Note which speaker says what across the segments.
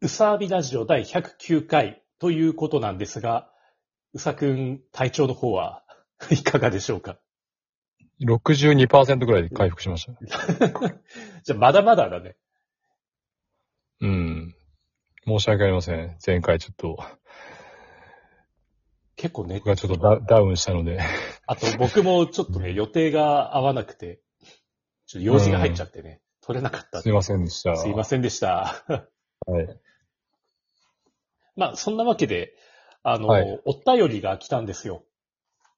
Speaker 1: うさびラジオ第109回ということなんですが、うさくん体調の方は いかがでしょうか
Speaker 2: 62%ぐらいで回復しました。
Speaker 1: じゃあまだまだだね。
Speaker 2: うん。申し訳ありません。前回ちょっと、
Speaker 1: 結構ね
Speaker 2: 僕、がちょっとダダウンした ので。
Speaker 1: あと僕もちょっとね、予定が合わなくて、ちょっと用事が入っちゃってね、取れなかった。
Speaker 2: すいませんでした。
Speaker 1: すいませんでした。
Speaker 2: はい。
Speaker 1: まあ、そんなわけで、あの、
Speaker 2: はい
Speaker 1: お便りが来たんですよ。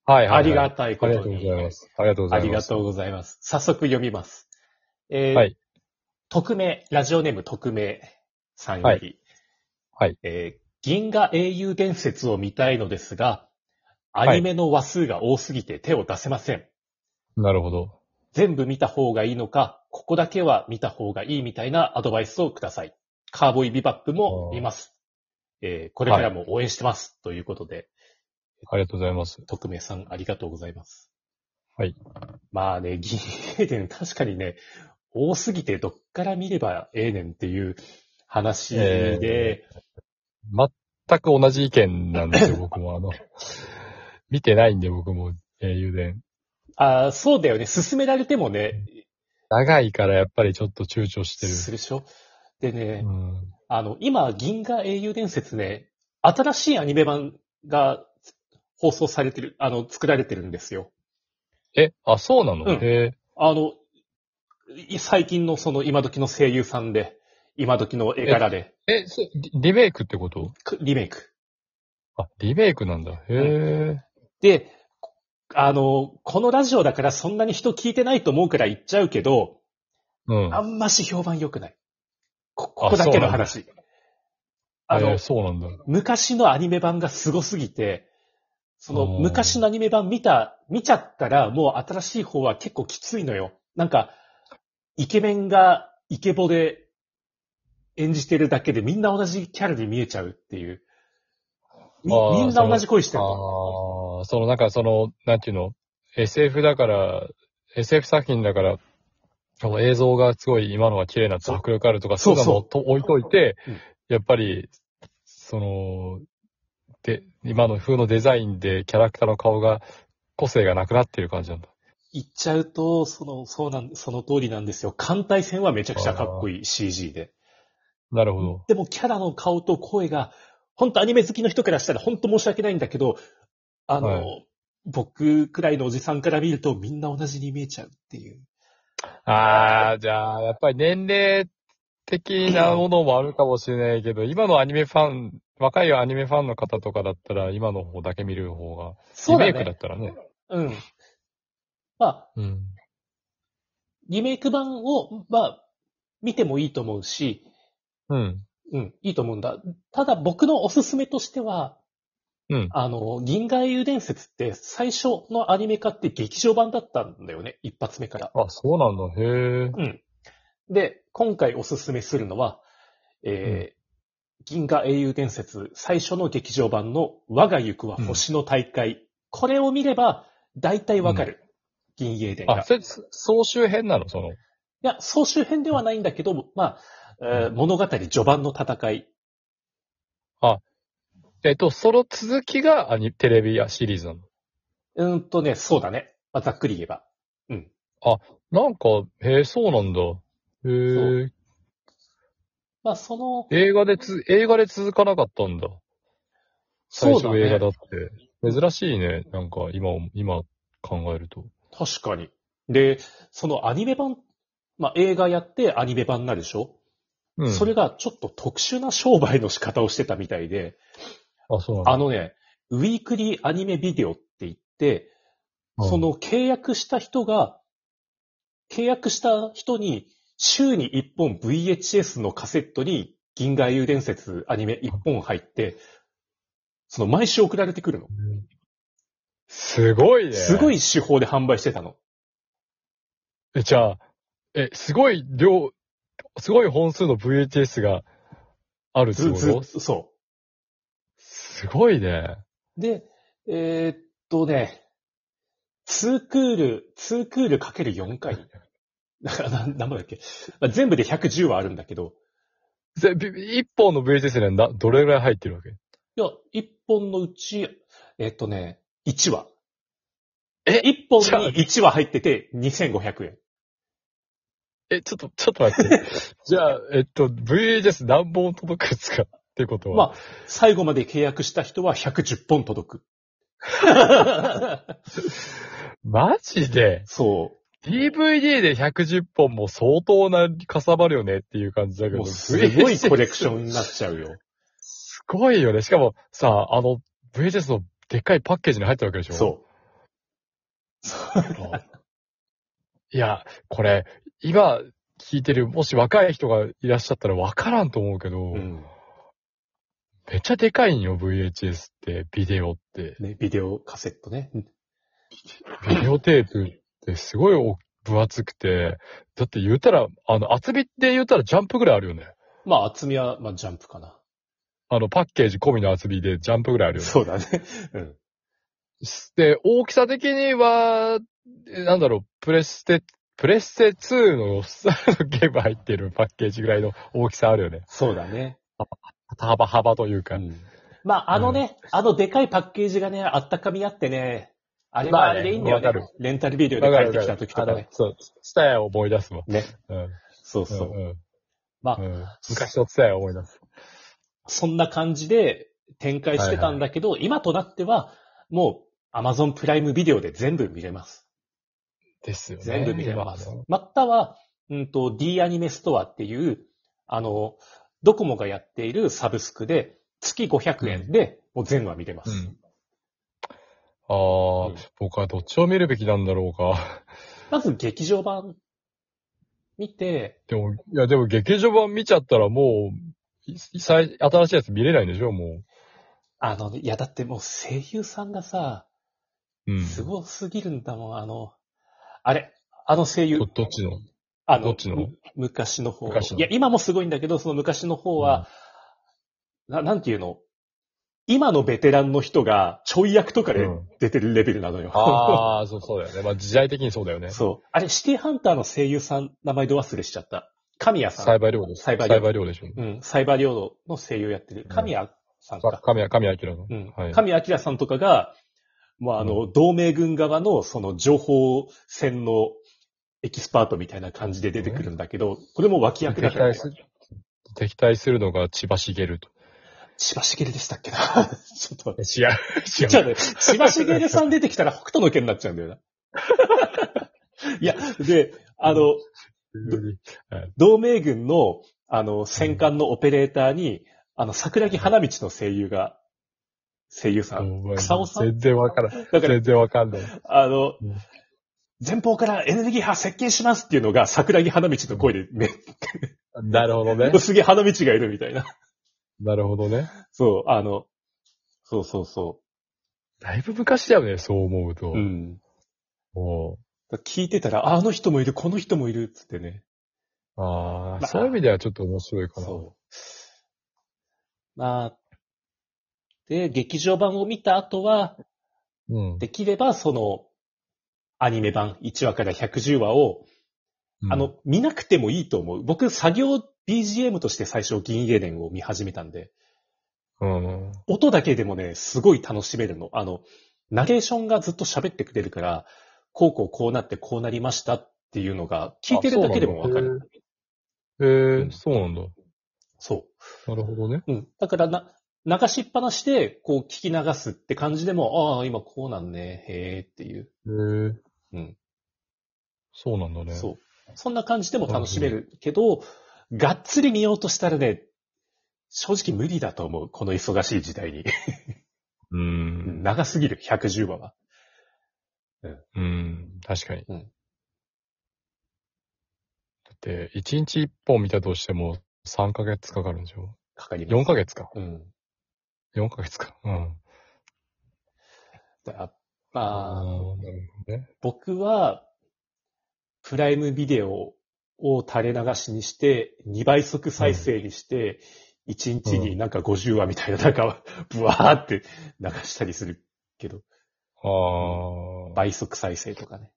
Speaker 2: はい、はい。
Speaker 1: ありがたい
Speaker 2: あ
Speaker 1: こ
Speaker 2: り
Speaker 1: と
Speaker 2: がとう
Speaker 1: に。
Speaker 2: ございます。ありがとうござ
Speaker 1: あ
Speaker 2: い
Speaker 1: り
Speaker 2: ま
Speaker 1: が
Speaker 2: す。
Speaker 1: とうございます。早速読みます。えー
Speaker 2: はい
Speaker 1: 匿名、ラジオネーム匿名さんより、
Speaker 2: はいはい
Speaker 1: えー銀河英雄伝説を見たいのですが、アニメの話数が多すぎて手を出せません。
Speaker 2: なるほど。
Speaker 1: 全部見た方がいいのか、ここだけは見た方がいいみたいなアドバイスをください。カーボーイビバップも見ます。えーこれからも応援してます。ということで、
Speaker 2: ありがとうございます。
Speaker 1: 匿名さん、ありがとうございます。
Speaker 2: はい。
Speaker 1: まあね、銀英伝、確かにね、多すぎてどっから見ればええねんっていう話で、
Speaker 2: 全く同じ意見なんです よ、僕も。あの、見てないんで、僕も、英雄伝。
Speaker 1: あーそうだよね、勧められてもね、
Speaker 2: 長いからやっぱりちょっと躊躇してる。
Speaker 1: するでしょでね、
Speaker 2: うん。
Speaker 1: あの、今、銀河英雄伝説ね、新しいアニメ版が放送されてる、あの、作られてるんですよ。
Speaker 2: え、あ、そうなの、
Speaker 1: うん
Speaker 2: え
Speaker 1: あの、い最近のその今時の声優さんで、今時の絵柄で、
Speaker 2: ー、え、そリリメイクってこと
Speaker 1: くリメイク。
Speaker 2: あ、リメイクなんだ。へえ、
Speaker 1: で、あの、このラジオだからそんなに人聞いてないと思うから言っちゃうけど、
Speaker 2: うん。
Speaker 1: あんまし評判良くない。こここだけの話。あ
Speaker 2: あ
Speaker 1: の、
Speaker 2: そうなんだ。
Speaker 1: 昔のアニメ版がすごすぎて、その
Speaker 2: うん
Speaker 1: 昔のアニメ版見た、見ちゃったらもう新しい方は結構きついのよ。なんか、イケメンがイケボで演じてるだけでみんな同じキャラに見えちゃうっていう。み
Speaker 2: あー
Speaker 1: みんな同じ声してる。
Speaker 2: ああ、そのなんかその、なんていうの、SF だから、SF 作品だから、その映像がすごい今のは綺麗な
Speaker 1: そう
Speaker 2: 迫力あるとか、
Speaker 1: そ
Speaker 2: そう
Speaker 1: そう
Speaker 2: ういうのもと置いといて
Speaker 1: うん、
Speaker 2: やっぱり、その、で、今の風のデザインでキャラクターの顔が、個性がなくなってる感じなんだ。
Speaker 1: 言っちゃうと、その、そうなん、その通りなんですよ。艦隊戦はめちゃくちゃかっこいい CG で。
Speaker 2: なるほど。
Speaker 1: でもキャラの顔と声が、本当アニメ好きの人からしたら本当申し訳ないんだけど、あの、
Speaker 2: は
Speaker 1: 僕くらいのおじさんから見るとみんな同じに見えちゃうっていう。
Speaker 2: ああ、じゃあ、やっぱり年齢的なものもあるかもしれないけど、今のアニメファン、若いアニメファンの方とかだったら、今の方だけ見る方が、
Speaker 1: そうだ
Speaker 2: リメイクだ
Speaker 1: ね
Speaker 2: っ。たらね。
Speaker 1: うん。まあ、
Speaker 2: うん。
Speaker 1: リメイク版を、まあ、見てもいいと思うし、
Speaker 2: うん。
Speaker 1: うん、いいと思うんだ。ただ僕のおすすめとしては、
Speaker 2: うん。
Speaker 1: あの、銀河英雄伝説って最初のアニメ化って劇場版だったんだよね、一発目から。
Speaker 2: あ、そうなんだ。へえ。
Speaker 1: うん。で、今回おすすめするのは、えー銀河英雄伝説最初の劇場版の我が行くは星の大会。これを見れば大体わかる。銀英伝が。
Speaker 2: あ、
Speaker 1: い
Speaker 2: それ、そ総集編なのその。
Speaker 1: や、総集編ではないんだけど、まあ、えー
Speaker 2: うん
Speaker 1: 物語序盤の戦い。
Speaker 2: えっと、その続きがアニテレビやシリーズなの。
Speaker 1: うーんとね、そうだね。まあ、ざっくり言えば。
Speaker 2: なんか、へえ、そうなんだ。へえ。
Speaker 1: まあ、その、
Speaker 2: 映画でつ、映画で続かなかったんだ。最
Speaker 1: そ
Speaker 2: 初
Speaker 1: うだね
Speaker 2: 映画だって。珍しいね。なんか、今を、今考えると。
Speaker 1: 確かに。で、そのアニメ版、まあ、映画やってアニメ版になるでしょ、
Speaker 2: うん。
Speaker 1: それがちょっと特殊な商売の仕方をしてたみたいで、
Speaker 2: あ、そうなんだ。
Speaker 1: あのね、ウィークリーアニメビデオって言って、
Speaker 2: うん
Speaker 1: その、契約した人が、契約した人に週に1本 VHS のカセットに銀河英雄伝説アニメ1本入って、その毎週送られてくるの。
Speaker 2: すごいね。
Speaker 1: すごい手法で販売してたの。
Speaker 2: え、じゃあ、え、すごい量、すごい本数の VHS があるって
Speaker 1: ず、
Speaker 2: こ
Speaker 1: ず
Speaker 2: と、
Speaker 1: そ
Speaker 2: すごいね。
Speaker 1: う。で、えーっとね、2クール、2クールかける4回。だから、な、なんぼだっけ。まあ全部で110話あるんだけど、
Speaker 2: ぜび一本の VHS 連打、どれぐらい入ってるわけ
Speaker 1: いや、一本のうち、えっとね、1話。
Speaker 2: え
Speaker 1: 一本
Speaker 2: じゃあ
Speaker 1: に1話入ってて2500円。
Speaker 2: え、ちょっと、ちょっと待って。 じゃあ、えっと、VHS 何本届くんですかってことは。
Speaker 1: まあ、最後まで契約した人は110本 届く。
Speaker 2: マジで
Speaker 1: そ
Speaker 2: ?DVD で110本も相当なかさばるよねっていう感じだ
Speaker 1: う。
Speaker 2: け
Speaker 1: も
Speaker 2: ど。
Speaker 1: うすごい
Speaker 2: VHS
Speaker 1: コレクションになっちゃうよ。
Speaker 2: すごいよね。しかも、さ、あの、VHS のでっかいパッケージに入ってるわけでしょ
Speaker 1: そう。そう
Speaker 2: あいや、これ、今、聞いてる、もし若い人がいらっしゃったら分からんと思うけど、
Speaker 1: うん
Speaker 2: めっちゃでかいんよ、VHS って、ビデオって。
Speaker 1: ね、ビデオカセットね。
Speaker 2: ビデオテープってすごいお分厚くて、だって言うたら、あの、厚みで言うたらジャンプぐらいあるよね。
Speaker 1: まあ、厚みは、まあ、ジャンプかな。
Speaker 2: あの、パッケージ込みの厚みでジャンプぐらいあるよね。
Speaker 1: そうだ ね。うん。
Speaker 2: で、大きさ的には、えなんだろう、プレステ、プレステ2の ゲーム入ってるパッケージぐらいの大きさあるよね。
Speaker 1: そうだね。
Speaker 2: 幅幅というか。
Speaker 1: うんまあ、あのね、あのでかいパッケージがね、あったかみあってね、あれ
Speaker 2: ま
Speaker 1: は
Speaker 2: あ
Speaker 1: あ
Speaker 2: ね
Speaker 1: れでいいんだよね。
Speaker 2: わかる
Speaker 1: レンタルビデオ
Speaker 2: わ
Speaker 1: で
Speaker 2: かる
Speaker 1: 帰
Speaker 2: わ
Speaker 1: って
Speaker 2: か
Speaker 1: き
Speaker 2: る
Speaker 1: た時とかね。
Speaker 2: あのそう、ツタヤを思い出すわ。
Speaker 1: ね。
Speaker 2: うん。
Speaker 1: そうそう。
Speaker 2: うんうん
Speaker 1: まあ
Speaker 2: うん昔のツタヤを思い出す。
Speaker 1: そんな感じで展開してたんだけど、今となっては、もう Amazon プライムビデオで全部見れます。
Speaker 2: ですよね。
Speaker 1: 全部見れます
Speaker 2: 今の。
Speaker 1: または、うんと、D アニメストアっていう、あの、ドコモがやっているサブスクで、月500円で、もう全話見れま
Speaker 2: う
Speaker 1: す。
Speaker 2: ん。ああ、
Speaker 1: うん
Speaker 2: 僕はどっちを見るべきなんだろうか。
Speaker 1: まず劇場版見て、
Speaker 2: でも、いやでも劇場版見ちゃったらもう、い最新しいやつ見れないんでしょも
Speaker 1: あの、いやだってもう声優さんがさ、
Speaker 2: う。うん。
Speaker 1: すごすぎるんだもん、あの、あれ、あの声優
Speaker 2: ど、どっちの
Speaker 1: あの、
Speaker 2: どっちの
Speaker 1: む昔の方。
Speaker 2: 昔の
Speaker 1: いや、今もすごいんだけど、その昔の方は、ななんていうの今のベテランの人が、ちょい役とかで
Speaker 2: うん
Speaker 1: 出てるレベルなのよ。
Speaker 2: ああ、そう、そう だよね。まあ時代的にそうだよね。
Speaker 1: そう。あれ、シティハンターの声優さん、名前ど忘れしちゃった。神谷さ
Speaker 2: サイ
Speaker 1: ん。
Speaker 2: バー量でしょ。
Speaker 1: サイバー量
Speaker 2: 量でしょ。
Speaker 1: うん、サイバー領土の声優やってる。神谷さん
Speaker 2: か
Speaker 1: か。
Speaker 2: 神谷、神谷明の。
Speaker 1: うん
Speaker 2: はい。
Speaker 1: 神谷明さんとかが、もうあの、同盟軍側の、その、情報戦のエキスパートみたいな感じで出てくるんだけど、これも脇役だ
Speaker 2: 敵
Speaker 1: から
Speaker 2: 対。する、敵対するのが千葉茂と。
Speaker 1: 千葉茂でしたっけな ちょっと待っ
Speaker 2: 違う、
Speaker 1: て。ちょっと待って千葉茂さん出てきたら北斗の剣になっちゃうんだよな。 いや、で、あの、
Speaker 2: 違う。
Speaker 1: 同盟軍の、あの、戦艦のオペレーターに、あの、桜木花道の声優が、声優さん。草尾さん
Speaker 2: 全然わからん。
Speaker 1: だから
Speaker 2: 全然わかんない。
Speaker 1: あの
Speaker 2: うん、
Speaker 1: 前方からエネルギー波接近しますっていうのが桜木花道の声で、めっ
Speaker 2: なるほどね
Speaker 1: ちゃ。すげえ花道がいるみたいな。
Speaker 2: なるほどね。
Speaker 1: そう、あの、そうそうそ
Speaker 2: だいぶ昔だよね、そう思うと。
Speaker 1: う。うん。
Speaker 2: も
Speaker 1: 聞いてたら、ああの人もいる、この人もいる、つってね。
Speaker 2: うああ、
Speaker 1: まあ
Speaker 2: そういう意味ではちょっと面白いかな。
Speaker 1: そう。まあ、で、劇場版を見た後は、
Speaker 2: うん。
Speaker 1: できればその、アニメ版1話から110話を、
Speaker 2: うん
Speaker 1: あ、の、見なくてもいいと思う。僕、作業 BGM として最初、銀英伝を見始めたんで、
Speaker 2: うん。
Speaker 1: 音だけでもね、すごい楽しめるの。あの、ナレーションがずっと喋ってくれるから、こうこうこうなってこうなりましたっていうのが、聞いてるだけでもわかる。
Speaker 2: へえ
Speaker 1: うん
Speaker 2: そうなんだ。
Speaker 1: そう。
Speaker 2: なるほどね。
Speaker 1: うん。だからな、流しっぱなしで、こう聞き流すって感じでも、ああ、今こうなんね、へえっていう。う
Speaker 2: へえ
Speaker 1: ん。
Speaker 2: そうなんだね。
Speaker 1: そう。そんな感じでも楽しめるけど、がっつり見ようとしたらね、正直無理だと思う。この忙しい時代に。
Speaker 2: う。うん。
Speaker 1: 長すぎる、110話は。
Speaker 2: うん。確かに。
Speaker 1: うん
Speaker 2: だって、1日1本見たとしても3ヶ月かかるんでしょ
Speaker 1: かかります。
Speaker 2: ?4 ヶ月か。
Speaker 1: うん。
Speaker 2: 4ヶ月か。うん。
Speaker 1: だからまあ、
Speaker 2: ーなるほどね。
Speaker 1: 僕は、プライムビデオを垂れ流しにして、2倍速再生にして、1日になんか50話みたいな、なんか、ブワーって流したりするけど、
Speaker 2: ああ。
Speaker 1: 倍速再生とかね。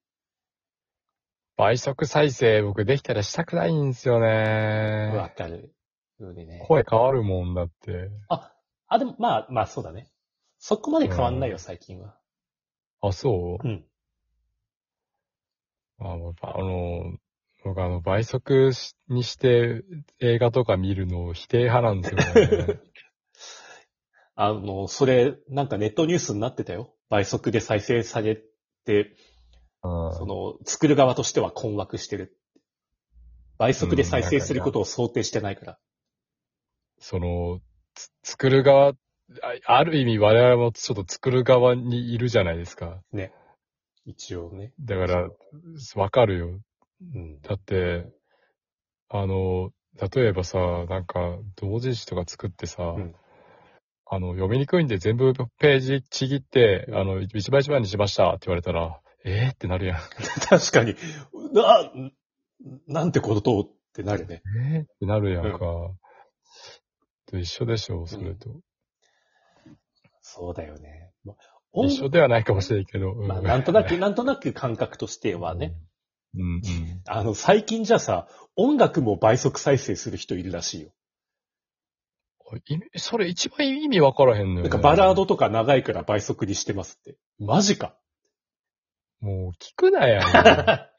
Speaker 2: 倍速再生僕できたらしたくないんですよね。
Speaker 1: わかる。よりね。
Speaker 2: 声変わるもんだって。
Speaker 1: あ、あ、でも、まあ、まあ、そうだね。そこまで変わんないよ、
Speaker 2: うん
Speaker 1: 最近は。
Speaker 2: あ、そう
Speaker 1: うん。
Speaker 2: あの、ばあの僕あの、倍速しにして映画とか見るの否定派なんですよ ね。
Speaker 1: あの、それ、なんかネットニュースになってたよ。倍速で再生されて、
Speaker 2: うん
Speaker 1: その、作る側としては困惑してる。倍速で再生することを想定してないから。
Speaker 2: その、つ作る側、あある意味我々もちょっと作る側にいるじゃないですか。
Speaker 1: 一応ね。
Speaker 2: だから、わかるよ。
Speaker 1: うん。
Speaker 2: だって、あの、例えばさ、なんか、同人誌とか作ってさ、
Speaker 1: ん
Speaker 2: あの、読みにくいんで全部ページちぎって、
Speaker 1: うん
Speaker 2: あの、一番一番にしましたって言われたら、えー、ってなるやん。
Speaker 1: 確かに、な、なんてことをってなるね。
Speaker 2: えー、 ってなるやんか。と一緒でしょ、それと。
Speaker 1: そうだよね。ま
Speaker 2: 一緒ではないかもしれんけど。
Speaker 1: まあ、なんとな
Speaker 2: く
Speaker 1: く、なんとなく感覚としてはね。。
Speaker 2: うんうん。
Speaker 1: あの、最近じゃさ、音楽も倍速再生する人いるらしいよ。
Speaker 2: あ意味それ一番意味わからへん
Speaker 1: な
Speaker 2: のよ、ね。
Speaker 1: んかバラードとか長いから倍速にしてますって。マジか。
Speaker 2: もう聞くなや。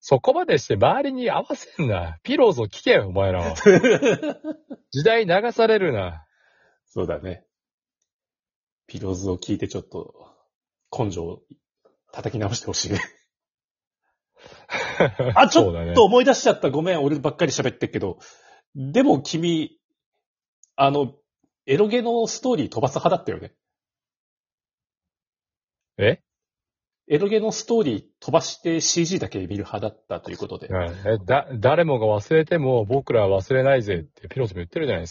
Speaker 2: そこまでして周りに合わせんな。ピローズを聞けよ、お前らは。時代に流されるな。
Speaker 1: そうだね。ピローズを聞いてちょっと、根性を叩き直してほ しいね。あ、ち
Speaker 2: そうだ
Speaker 1: ょ
Speaker 2: ね
Speaker 1: っと思い出しちゃった。ごめん、俺ばっかり喋ってっけど。でも君、あの、エロゲのストーリー飛ばす派だったよね。
Speaker 2: え
Speaker 1: エロゲのストーリー飛ばして CG だけ見る派だったということで。
Speaker 2: はいえだ誰もが忘れても僕らは忘れないぜってピローズも言ってるじゃないですか。